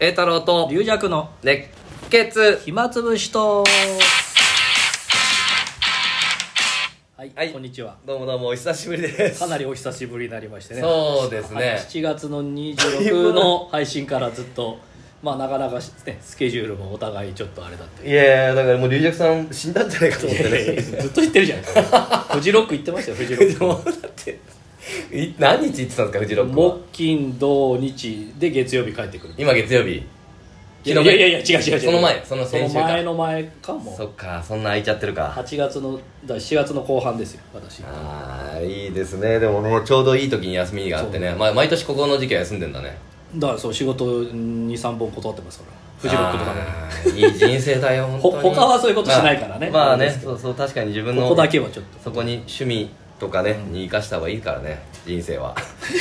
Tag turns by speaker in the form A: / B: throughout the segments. A: 栄太郎と
B: 龍弱の
A: 熱血
B: 暇つぶしとはい、
A: はい
B: こんにちは
A: どうもどうもお久しぶりです
B: かなりお久しぶりになりましてね
A: そうですね
B: はい7月の26の配信からずっとまあなかなか、ね、スケジュールもお互いちょっとあれだって
A: いやいやだからもう龍尺さん死んだんじゃないかと思ってね
B: ずっと言ってるじゃんフジロック行ってましたよフジロック
A: もうだって い何日行ってたんですかフジロックは
B: 木金土日で月曜日帰ってくる
A: 今月曜日
B: いやいやいやいや違う違う違う
A: その前その
B: そ
A: 先
B: の
A: 週か
B: 前の前かも
A: そっかそんな空いちゃってるか
B: 8月のだ4月の後半ですよ私
A: ああいいですねでもねちょうどいい時に休みがあってね、まあ、毎年ここの時期は休んでんだね
B: だからそう仕事23本断ってますからフジロックとかも
A: あーいい人生だよ
B: ほ
A: 本当に
B: 他はそういうことしないからね
A: まあまあね
B: ですけ
A: そうそう確かに自分の
B: ここだけはちょっと
A: そこに趣味とかね、に生かした方がいいからね人生は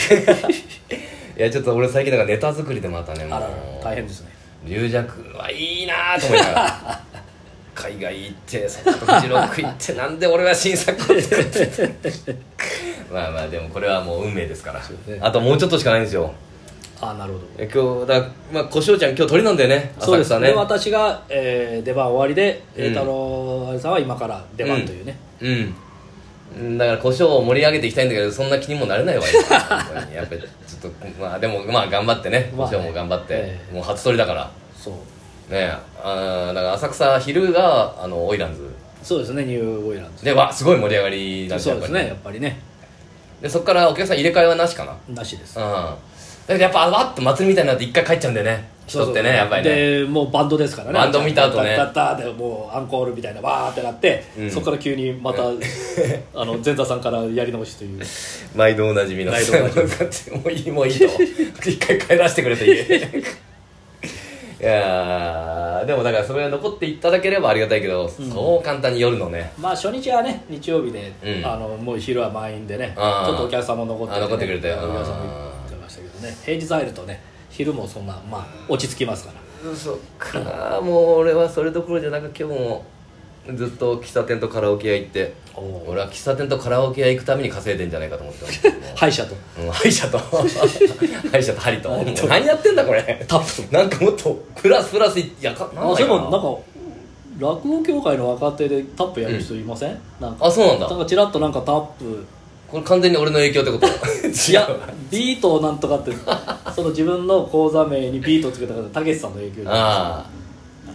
A: いやちょっと俺最近なんかネタ作りでまたねも
B: あらら
A: う
B: 大変ですね
A: 龍尺はいいなと思いなが ら海外行ってそこフジロック行ってなんで俺は新作を作っててまあまあでもこれはもう運命ですから
B: そうね
A: あともうちょっとしかないんですよ
B: ああなるほど
A: え今日だまあ小翔ちゃん今日鳥なんだよね
B: そうです
A: 浅草
B: ね
A: ね
B: 私が、えー出番終わりで
A: うん
B: 栄太郎さんは今から出番というね、
A: うんだから胡椒を盛り上げていきたいんだけどそんな気にもなれないわよ本当にやっぱりちょっとまあでもまあ頑張ってね胡
B: まあね
A: 椒も頑張って、
B: ええ
A: もう初取りだから
B: そう
A: ねあーだから浅草昼があのオイランズ
B: そうですねニューオイランズ
A: でわすごい盛り上がりなん
B: そうですねや
A: やっぱ
B: っぱりね
A: りでそっからお客さん入れ替えはなしかなうん
B: なしです
A: だけどやっぱわっと祭りみたいになって一回帰っちゃうんだよね
B: そう
A: 人
B: そう
A: ってねやっぱりね
B: でもうバンドですからね
A: バンド見た後ね
B: ダッダッダッでもうアンコールみたいなわーってなって、
A: うん
B: そこから急にまた、あの前座さんからやり直しという
A: 毎度おなじみの
B: 毎度おなじみ
A: もういいもういいと一回帰らせてくれと言 えいやーでもだからそれは残っていただければありがたいけど、そう簡単に夜のね
B: まあ初日はね日曜日で、
A: うん
B: あのもう昼は満員でねち
A: あー
B: ょっとお客さんも残ってて、
A: あ残ってくれたよ
B: お客さんも行ってましたけどね平日入るとね昼もそんなまあ落ち着きますから
A: そっかもう俺はそれどころじゃなく今日もずっと喫茶店とカラオケ屋行って
B: おー
A: 俺は喫茶店とカラオケ屋行くために稼いでんじゃないかと思って ますけども
B: 歯医者と
A: うん歯医者と歯医者と針ともう何やってんだこれ
B: タップ
A: なんかもっとプラスプラスいやかなん
B: あ
A: ない
B: そうい
A: か
B: えばなんか落語協会の若手でタップやる人いません、なんか
A: あそうなんだ
B: なんかちらっとなんかタップ
A: これ完全に俺の影響ってこと
B: いやビートをなんとかって その自分の講座名にビートをつけた方たけしさんの影響で
A: あ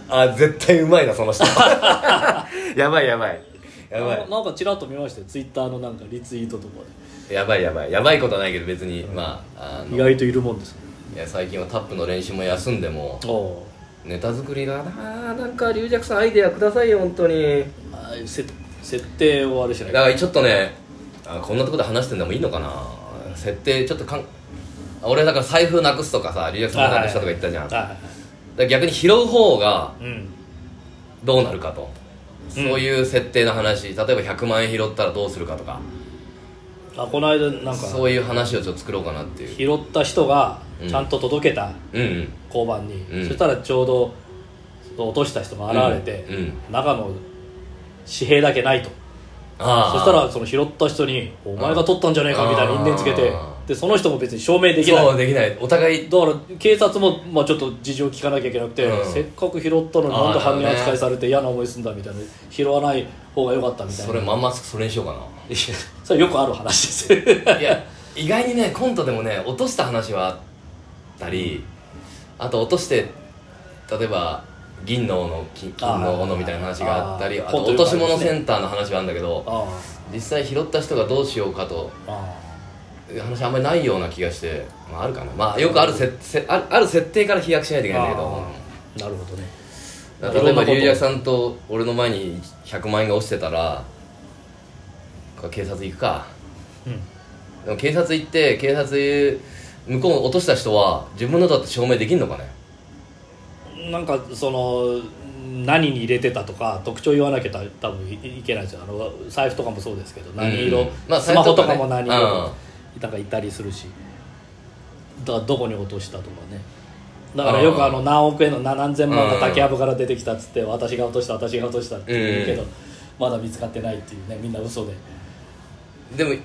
A: ああ絶対うまいなその人 やばいやばいやば
B: ないなんかちらっと見ましたよツイッターのなんかリツイートとか
A: やばいやばいやばいことはないけど別にまああ
B: で意
A: の
B: 外といるもんですね
A: いや最近はタップの練習も休んでも
B: おー
A: ネタ作りがなあなんか龍尺さんアイデアくださいよ本当に
B: あせ設定をあれしな
A: だ
B: い
A: からちょっとねあこんなとこで話してんでもいいのかな設定ちょっとかんあ俺だから財布なくすとかさ龍尺さんなくしたとか言ったじゃん、
B: はいはいはい
A: だから逆に拾う方が
B: うん
A: どうなるかと、
B: うん
A: そういう設定の話例えば100万円拾ったらどうするかとか
B: あこの間なんか
A: そういう話をちょっと作ろうかなっていう
B: 拾った人が
A: うん
B: ちゃんと届けた
A: うんうん
B: 交番に、
A: うん
B: そしたらちょうどその落とした人が現れて、
A: うんうん
B: 中の紙幣だけないと
A: あ
B: そしたらその拾った人に「お前が取ったんじゃねえか」みたいな因縁つけて
A: あー
B: でその人も別に証明できない
A: そうできないお互い
B: だから警察も、まあ、ちょっと事情聞かなきゃいけなくて、
A: うん
B: せっかく拾ったのになんで犯人扱いされて嫌な思いすんだみたいな拾わない方が良かったみたいな
A: それまんまそれにしようか
B: いやそれよくある話です
A: ないや意外にねコントでもね落とした話はあったりあと落として例ええば銀の斧金金の斧みたいな話があったり
B: あー
A: あ
B: コン
A: と落と
B: トよくあ
A: し
B: りますね
A: 物センターの話はあるんだけど
B: あ
A: 実際拾った人がどうしようかと
B: ああ
A: 話あんまりないような気がして、まあ、あるかな、まあ、よくあるせせあるある設定から飛躍しないといけないんだけど
B: あなるほどね
A: だ
B: あ
A: から例えば
B: いろんなこと
A: 龍尺さんと俺の前に100万円が落ちてたらこれ警察行くかでも警察行って警察向こう落とした人は自分のだって証明できんのかね
B: うんなんかその何に入れてたとか特徴言わなきゃた多分いいけないですよあの財布とかもそうですけど何色、
A: うんまあ
B: スマホとか
A: 財布
B: も
A: とか
B: 何
A: ね
B: 色、なんかいたりするしだからどこに落としたとかねだからよ
A: うん
B: くあの何億円の何千万が竹やぶから出てきたっつって私が落とした私が落としたって言うけど、
A: うん
B: まだ見つかってないっていうねみんな嘘で
A: でも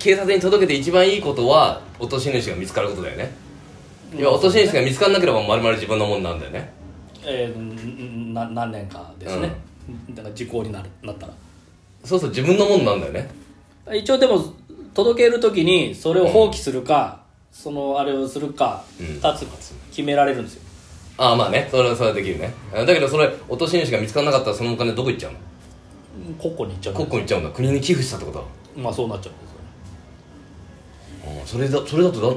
A: 警察に届けて一番いいことは落とし主が見つかることだよねいや落とし主が見つからなければまるまる自分のもんなんだよね
B: えー、な何年かですね、だから時効になるなったら
A: そうそう自分のもんなんだよね
B: 一応でも届ける時にそれを放棄するか、そのあれをするか
A: うん
B: 2つ決められるんですよ、
A: ああまあねそれはそれはできるねあだけどそれ落とし主が見つからなかったらそのお金どこ行っちゃうの
B: 国庫に行っちゃうんで
A: 国
B: す
A: 庫に行っちゃうんだ国に寄付したってことだ
B: まあそうなっちゃうんですよね
A: ああそれだそれだと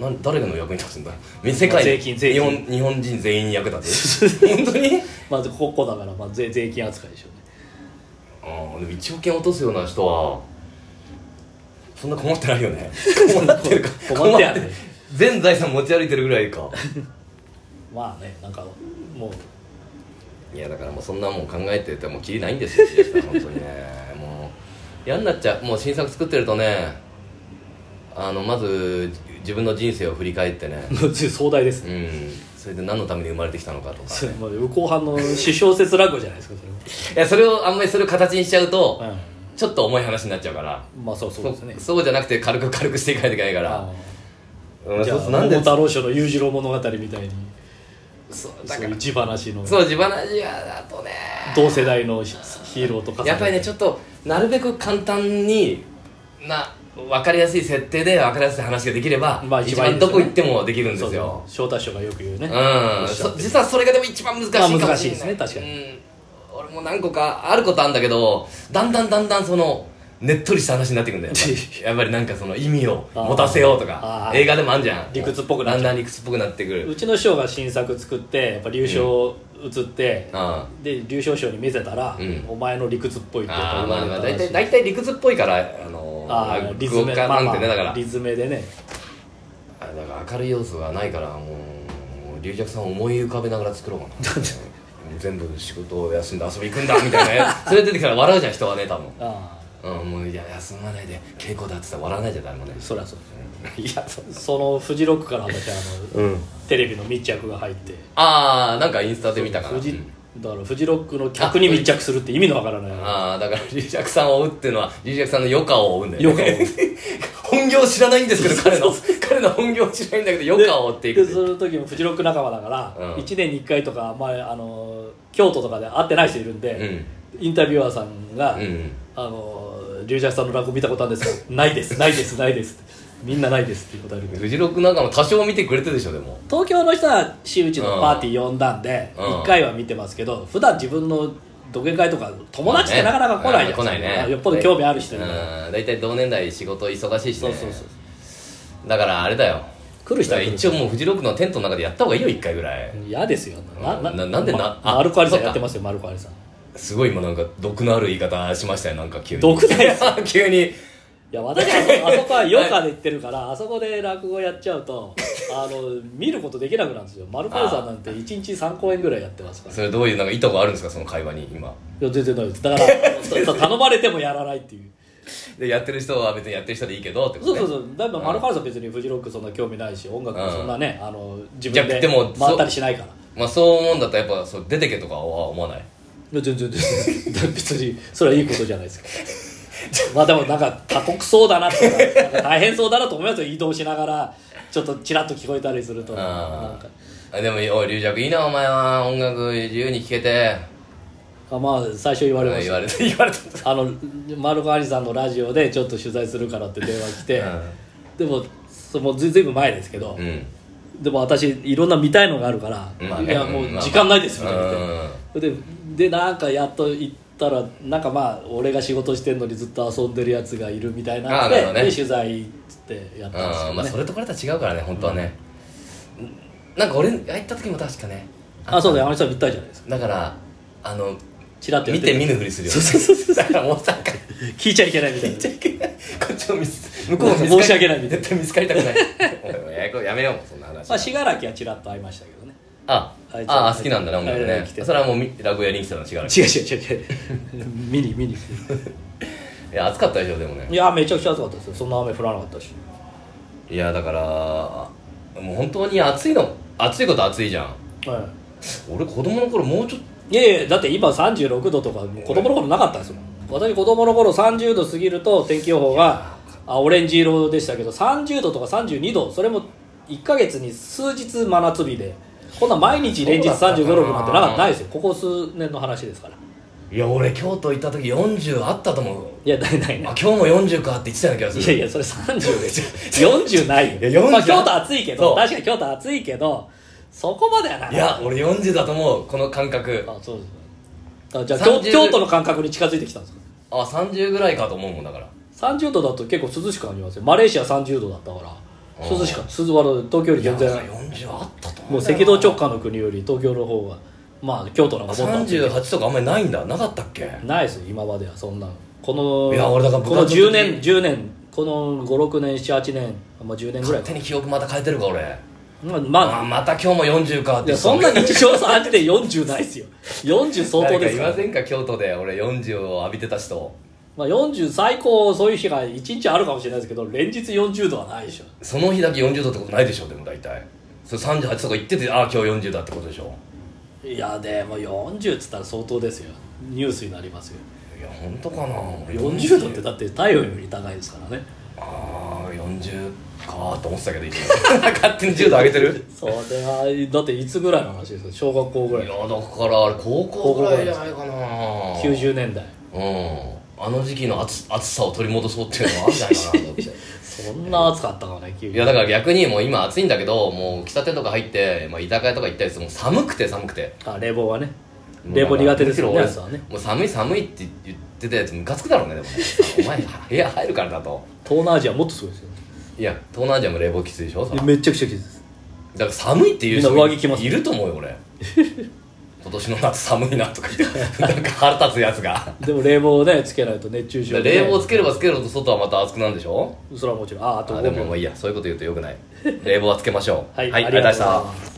A: だなん誰の役に立つんだ世界
B: 税金税金
A: 日本日本人全員に役 立つ本当に
B: まず国庫だからまあ税税金扱いでしょうね
A: ああでも1億円落とすような人はそんな困ってないよ ね困ってるか
B: 困ってやる
A: 全財産持ち歩いてるぐらいか
B: まあねなんかもう
A: いやだからもうそんなもん考えててもうキリないんですよ吉田さん本当にね もう嫌になっちゃうもう新作作ってるとねあのまず自分の人生を振り返ってね
B: もう壮大です
A: う
B: ね
A: んそれで何のために生まれてきたのかとか
B: それもう右後半の私小説落語じゃないですか
A: いやそれをあんまりそれを形にしちゃう
B: そ
A: と、
B: れは、
A: ちょっと重い話になっちゃうから
B: うん、まあそうそうですね
A: そうじゃなくて軽く軽くしていかないといけないから、うん、
B: じゃあ
A: そうそう
B: 桃
A: なんで
B: 太郎賞の裕次郎物語みたいに
A: そうだか
B: そう
A: ら
B: いう地話の
A: そう自腹ジアだとね
B: 同世代のヒヒーローとか
A: やっぱりねちょっとなるべく簡単にな分かりやすい設定で分かりやすい話ができれば、
B: まあ
A: 一
B: 一
A: 番
B: 番
A: どこ行ってもできるんで
B: そう
A: すよ
B: そう翔太師匠がよく言うね、
A: うんそ実はそれがでも一番難しいかもしれない,、
B: まあ難しいですね確かに
A: うん、俺も何個かあることあるんだけどだんだんだんだんそのねっとりした話になってくんだよやっぱりやっぱりなんかその意味を持たせようとか
B: あー
A: 映画でもあんじゃん
B: 理屈っぽくな
A: だ
B: っ
A: ん
B: ちゃ
A: だ
B: うん
A: 理屈っぽくなってくる
B: うちの師匠が新作作ってやっぱ流暢移って、
A: ああ
B: で流暢師匠に見せたら、
A: うん
B: お前の理屈っぽいって言
A: あー
B: わ
A: まあ
B: れ
A: まあ
B: た
A: 大
B: らしい
A: 体大体理屈っぽいからあの
B: あ
A: ー
B: ーリズム
A: 語家なんてね、
B: ま
A: だ
B: あ
A: から
B: リズムでね
A: あだから明るい要素がないからもうもう龍尺さんを思い浮かべながら作ろうかなもう全部仕事を休んで遊び行くんだみたいなや つそれ出てきたら笑うじゃん人はね多分
B: あ
A: うん、もういや休まないで稽古だって言ったら笑わないじゃん誰もね
B: あそりゃそういやそ そのフジロックから私あの、
A: うん
B: テレビの密着が入って
A: ああなんかインスタで見たかな
B: フジ、
A: うん
B: だからフジロックの客に密着するって意味のわからない
A: ああだから龍尺さんを追うっていうのは龍尺さんの余暇を追うんだよね
B: 余暇を追
A: 本業知らないんですけど彼の彼の本業知らないんだけど余暇を追っていく
B: で
A: っていう
B: その時もフジロック仲間だから、
A: うん
B: 1年に1回とか、まあ、あの京都とかで会ってない人いるんで、インタビュアーさんが、
A: うんうん
B: あの龍尺さんの落語見たことあるんですかないですないですないですみんなないですっていうことあるけど
A: フジロックなんかも多少見てくれてるでしょでも
B: 東京の人は真打ちのパーティー呼んだんで、
A: うん
B: 一1回は見てますけど普段自分の独演会とか友達ってなかなか来ないじゃ
A: まあね
B: ん、
A: 来ないね
B: よっぽど興味ある人
A: う
B: に、
A: ん大体同年代仕事忙しいし
B: そう
A: ね
B: そうそう
A: だからあれだよ
B: 来る人は来る
A: 一応もうフジロックのテントの中でやった方がいいよ一回ぐらい
B: 嫌ですよ
A: ななんでなあ
B: ま、マルコアリさ
A: そっ
B: ん
A: か
B: やってますよマルコアリさんい
A: すごい今なんか毒のある言い方しましたよなんか急に
B: 毒ないで
A: 急に
B: や私あそあそこは余暇で行ってるからあそこで落語やっちゃうとあの見ることできなくなるんですよマルコアリさんなんて1日3公演ぐらいやってますから
A: それどういうなんか意図があるんですかその会話に今
B: いや全然ないですだから 頼まれてもやらないっていう
A: でやってる人は別にやってる人でいいけどってこ
B: そ
A: とね
B: うそうそうだいぶ丸川さん別にフジロックそんな興味ないし音楽もそんなね、あの自
A: じゃあ
B: 分で
A: でも
B: 回ったりしないからい
A: まあそう思うんだったらやっぱそう出てけとかは思わない
B: や全然全然 だから別にそれはいいことじゃないですかまあでもなんか過酷そうだなっていうかなんか大変そうだなと思いますよ移動しながらちょっとちらっと聞こえたりするとなん
A: あ
B: か
A: あでもおい龍尺いいなお前は音楽自由に聴けて
B: あまあ最初言われまし
A: 言
B: た
A: われて言われ た
B: あの丸川兄さんのラジオでちょっと取材するからって電話来て、でもそもうずずいぶん前ですけど、
A: うん
B: でも私いろんな見たいのがあるから、
A: まあね
B: いやもう時間ないですよ、
A: まあ
B: ね
A: まあ
B: ででなんかやっと行ったらなんかまあ俺が仕事してんのにずっと遊んでるやつがいるみたいなの
A: あーな
B: で,、
A: るほどね
B: で取材っつってやったんで
A: う
B: すよ、
A: んま
B: ね
A: あそれとこれとは違うからね本当はね、なんか俺が行った時も確かね
B: あそうだよあの人は見たいじゃないですか
A: だからあの
B: チラッとや
A: 見
B: って
A: て
B: る
A: 見ぬふりするよね
B: そうそうそう
A: だからもうなんか
B: 聞いちゃいけないみたいな
A: こっちを見つ向こうを見つかり
B: 申し訳ないみた いな
A: 絶対見つかりたくないおいややこやめようもうそんな話
B: まあ信楽はチラッと会いましたけどね
A: あ
B: あいつ
A: あ好きなんだな音楽
B: あい
A: ね
B: つ来て
A: それはもうみラグやりに来てたの違う
B: 違う違う違う違う 見に見に
A: いや暑かったでしょでもね
B: いやめちゃくちゃ暑かったですよそんな雨降らなかったし
A: いやだからもう本当に暑いの暑いこと暑いじゃん
B: は
A: 俺子供の頃もうちょっと
B: いいやいやだって今36度とかもう子供の頃なかったんですよ私子供の頃30度過ぎると天気予報があオレンジ色でしたけど30度とか32度それも1か月に数日真夏日でこんな毎日連日3 5六6なんてなかったないですよここ数年の話ですから
A: いや俺京都行った時40あったと思う
B: いやないない
A: あ
B: な
A: 今日も40かって言ってたような気がす
B: い
A: る
B: いやいやそれ30でしょ40ないよ
A: いや40
B: まあ、京都暑いけ
A: そ
B: ど
A: う
B: 確かに京都暑いけどそこまではない
A: いや俺40だと思うこの感覚
B: あそうですあじゃあ京
A: 30
B: 京都の感覚に近づいてきたんですか
A: あ30ぐらいかと思うもんだから
B: 30度だと結構涼しく感じますよマレーシア30度だったから涼しかった涼は東京より全然
A: いや40あったと思
B: もう
A: んだ
B: 赤
A: よ
B: 道直下の国より東京の方がまあ京都なんかもっと暑い
A: 38とかあんまりないんだなかったっけ
B: ないですよ今まではそんなこの
A: いや俺だから部
B: こ
A: 活
B: の
A: の時
B: 10年10年この56年78年、まあ、10年ぐらい
A: 勝
B: か
A: 手に記憶また変えてるか俺
B: まあ、ま
A: あまた今日も40かっ
B: あ、い
A: て
B: やそんな日常茶飯事で40ないですよ40相当
A: 誰
B: で
A: か
B: す
A: い
B: から
A: ませんか京都で俺40を浴びてた人
B: まあ、40最高そういう日が1日あるかもしれないですけど連日40度はないでしょ
A: その日だけ40度ってことないでしょでも大体それ38とか言っててああ今日40だってことでしょ
B: いやでも40っつったら相当ですよニュースになりますよ
A: いや本当かな俺
B: 40度ってだって太陽より高いですからね
A: ああ40かーと思ってたけど一応 勝手に10度上げてる
B: それはだっていつぐらいの話ですか小学校
A: い
B: ぐ
A: や
B: らい
A: だからあれ高校ぐらいじゃないかな
B: 90年代
A: うんあの時期の暑暑さを取り戻そうっていうのはあるんじゃないかなと思って い
B: そんな暑かったかね90
A: やだから逆にもう今暑いんだけどもう喫茶店とか入って、まあ、居酒屋とか行ったりするともう寒くて寒くて
B: あ冷房はね冷房苦手ですよね
A: もう
B: 朝はね
A: もう寒い寒いって言ってたやつムカつくだろうね でもお前部屋入るからだと
B: 東南アジアもっとすごいですよ
A: いや東南アジアも冷房きついでしょさだか
B: めっちゃくちゃきついです
A: ら寒いって言う
B: みんな上着着ます
A: いると思うよ俺 今年の夏寒いなとか言ってなんか腹立つやつが
B: でも冷房をねつけないと熱中症
A: で
B: で
A: 冷房つければつけるほど外はまた暑くなるんでしょ
B: それはもちろんああと
A: あでももういいやそういうこと言うとよくない冷房はつけましょう
B: はい、
A: ありがとうございました
B: す